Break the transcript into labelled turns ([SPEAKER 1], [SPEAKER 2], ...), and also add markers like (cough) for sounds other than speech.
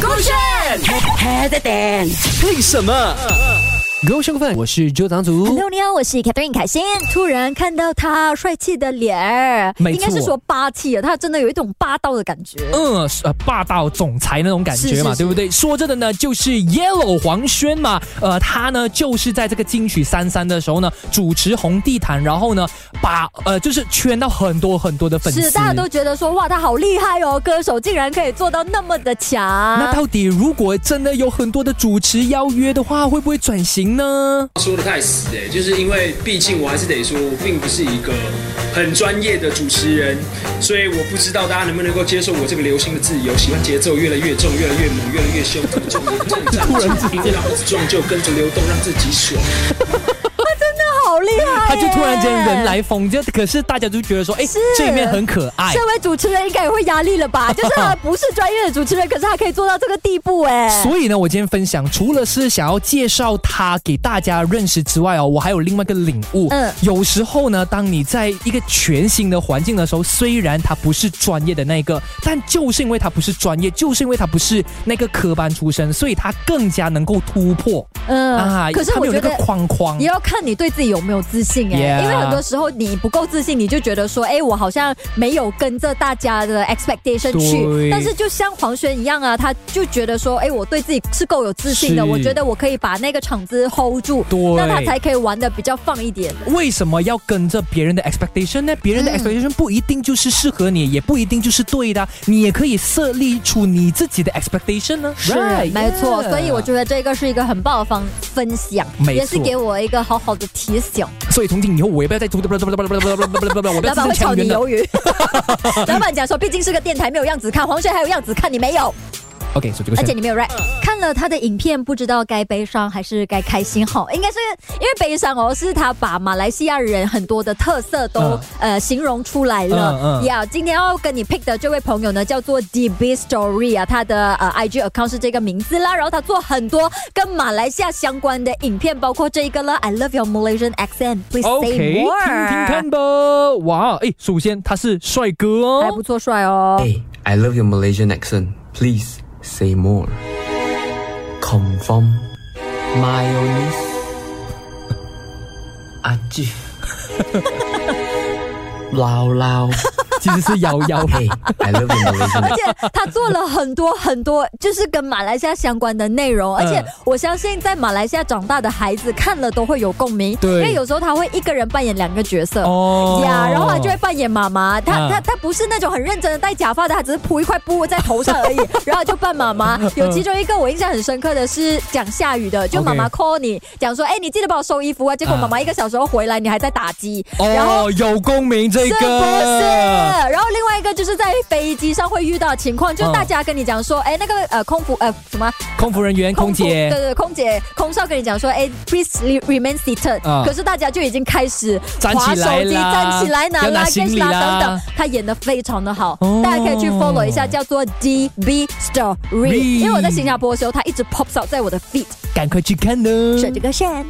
[SPEAKER 1] 勾选 head dance。
[SPEAKER 2] 为什么？各位兄弟们，我是周长祖。
[SPEAKER 3] Hello，你好，我是 Catherine 凯欣。突然看到他帅气的脸儿，
[SPEAKER 2] 没
[SPEAKER 3] 应该是
[SPEAKER 2] 错
[SPEAKER 3] 说霸气啊，他真的有一种霸道的感觉。
[SPEAKER 2] 嗯，是呃，霸道总裁那种感觉
[SPEAKER 3] 是是
[SPEAKER 2] 嘛，
[SPEAKER 3] 是
[SPEAKER 2] 对不对？说着的呢，就是 Yellow 黄轩嘛，呃，他呢就是在这个金曲三三的时候呢，主持红地毯，然后呢，把呃就是圈到很多很多的粉丝
[SPEAKER 3] 是，。大家都觉得说哇，他好厉害哦，歌手竟然可以做到那么的
[SPEAKER 2] 那
[SPEAKER 3] 强。
[SPEAKER 2] 到底如果真的有很多的主持邀约的话，会不会转型呢？
[SPEAKER 4] 说的太死哎、就是因为毕竟我还是得说，我并不是一个很专业的主持人，所以我不知道大家能不能够接受我这个流行的自由，喜欢节奏越来越重，越来越猛，越来越凶，这种这种突然之间脑子撞就跟着流动，让自己爽。
[SPEAKER 3] 那好厉害耶！
[SPEAKER 2] 他就突然间人来疯，这可是大家都觉得说，哎
[SPEAKER 3] 哎是，
[SPEAKER 2] 这一面很可爱
[SPEAKER 3] 身。为主持人应该也会压力了吧？就是他不是专业的主持人，可是他可以做到这个地步哎。
[SPEAKER 2] 所以呢，我今天分享除了是想要介绍他给大家认识之外哦，我还有另外一个领悟。
[SPEAKER 3] 嗯
[SPEAKER 2] 有时候呢，当你在一个全新的环境的时候，虽然他不是专业的那一个，但就是因为他不是专业，就是因为他不是那个科班出身，所以他更加能够突破、啊。
[SPEAKER 3] 嗯，可是我
[SPEAKER 2] 他没有
[SPEAKER 3] 觉
[SPEAKER 2] 那个
[SPEAKER 3] 得
[SPEAKER 2] 框框
[SPEAKER 3] 也。要看你对自己有没有自信哎
[SPEAKER 2] 嗯 Yeah
[SPEAKER 3] 因为很多时候你不够自信，你就觉得说，哎，我好像没有跟着大家的 expectation
[SPEAKER 2] 对
[SPEAKER 3] 去。但是就像黄轩一样啊，他就觉得说，哎，我对自己是够有自信的，
[SPEAKER 2] 是
[SPEAKER 3] 我觉得我可以把那个场子 hold 住，
[SPEAKER 2] 对
[SPEAKER 3] 那他才可以玩的比较放一点。
[SPEAKER 2] 为什么要跟着别人的 expectation 呢？别
[SPEAKER 3] 嗯
[SPEAKER 2] 人的 expectation 不一定就是适合你，也不一定就是对的啊。你也可以设立出你自己的 expectation 呢。Right，
[SPEAKER 3] 没错
[SPEAKER 2] yeah
[SPEAKER 3] 所以我觉得这个是一个很棒的方分享，
[SPEAKER 2] 没
[SPEAKER 3] 也是
[SPEAKER 2] 错
[SPEAKER 3] 给我一个好好的提醒。
[SPEAKER 2] 所以从今以后我也不要再读，不不不不不不不不不不，我不
[SPEAKER 3] 老
[SPEAKER 2] 要
[SPEAKER 3] 板
[SPEAKER 2] 自称
[SPEAKER 3] 会炒
[SPEAKER 2] 强
[SPEAKER 3] 你
[SPEAKER 2] 援了。
[SPEAKER 3] 鱿鱼，
[SPEAKER 2] (laughs)
[SPEAKER 3] 老板讲说，毕竟是个电台，没有样子看，黄轩还有样子看，你没有。
[SPEAKER 2] OK，手机过
[SPEAKER 3] 而且
[SPEAKER 2] 去。
[SPEAKER 3] 你没有 rap，看了他的影片，不知道该悲伤还是该开心
[SPEAKER 2] 嗯
[SPEAKER 3] 哈。应该是因为悲伤哦，是他把马来西亚人很多的特色都、
[SPEAKER 2] 嗯
[SPEAKER 3] 呃形容出来了
[SPEAKER 2] 嗯。嗯
[SPEAKER 3] 呀、今天要跟你 pick 的这位朋友呢，叫做 DB Story 啊，他的呃 IG account 是这个名字啦。然后他做很多跟马来西亚相关的影片，包括这一个了，I love your Malaysian accent, please
[SPEAKER 2] OK，听
[SPEAKER 3] say
[SPEAKER 2] 听
[SPEAKER 3] more。
[SPEAKER 2] 看吧。哇，哎，首先他是帅哥
[SPEAKER 3] 还
[SPEAKER 2] 哦
[SPEAKER 3] 不。错，帅哦。
[SPEAKER 5] Hey, I love your Malaysian accent. Please say more. Confirm. Mayonnaise. (laughs) Ajif. (laughs) Lao Lao.
[SPEAKER 2] 其实是瑶
[SPEAKER 3] (laughs)
[SPEAKER 2] 瑶。
[SPEAKER 5] Hey, I love
[SPEAKER 2] (laughs)
[SPEAKER 5] your Malaysian
[SPEAKER 3] 而且他做了很多很多，就是跟马来西亚相关的内容，而
[SPEAKER 2] 嗯
[SPEAKER 3] 且我相信在马来西亚长大的孩子看了都会有共鸣，
[SPEAKER 2] 对
[SPEAKER 3] 因为有时候他会一个人扮演两个角色。
[SPEAKER 2] 哦
[SPEAKER 3] 呀，然后他就会扮演妈妈，他、
[SPEAKER 2] 嗯
[SPEAKER 3] 他他不是那种很认真的戴假发的，他只是铺一块布在头上
[SPEAKER 2] (laughs)
[SPEAKER 3] 而已，然后就扮妈妈。
[SPEAKER 2] 嗯
[SPEAKER 3] 有其中一个我印象很深刻的是讲下雨的，就
[SPEAKER 2] OK
[SPEAKER 3] 妈妈 call 你讲说，哎，你记得帮我收衣服啊，结果
[SPEAKER 2] 嗯
[SPEAKER 3] 妈妈一个小时后回来，你还在打机，然后
[SPEAKER 2] 哦，有共鸣这
[SPEAKER 3] 是不是？
[SPEAKER 2] 个。
[SPEAKER 3] 然后另外一个就是在飞机上会遇到的情况，就是
[SPEAKER 2] 嗯
[SPEAKER 3] 大家跟你讲说，哎、那个呃空服呃什么啊
[SPEAKER 2] 空服人员， (laughs) 空
[SPEAKER 3] 服对
[SPEAKER 2] 姐
[SPEAKER 3] 对，对空姐空少跟你讲说，哎，please re- remain seated，、
[SPEAKER 2] 嗯
[SPEAKER 3] 可是大家就已经开始
[SPEAKER 2] 站起
[SPEAKER 3] 划手
[SPEAKER 2] 来
[SPEAKER 3] 机、
[SPEAKER 2] 啦
[SPEAKER 3] 站起来拿
[SPEAKER 2] 要拿
[SPEAKER 3] luggage
[SPEAKER 2] 行李
[SPEAKER 3] 啦
[SPEAKER 2] 啦
[SPEAKER 3] 等等，他演的非常的好，
[SPEAKER 2] 哦
[SPEAKER 3] 大家可以去 follow 一下，叫做 D B Story，
[SPEAKER 2] B
[SPEAKER 3] 因为我在新加坡的时候，他一直 pop out 在我的 feed，
[SPEAKER 2] 赶快去看呢。
[SPEAKER 3] 选这个线。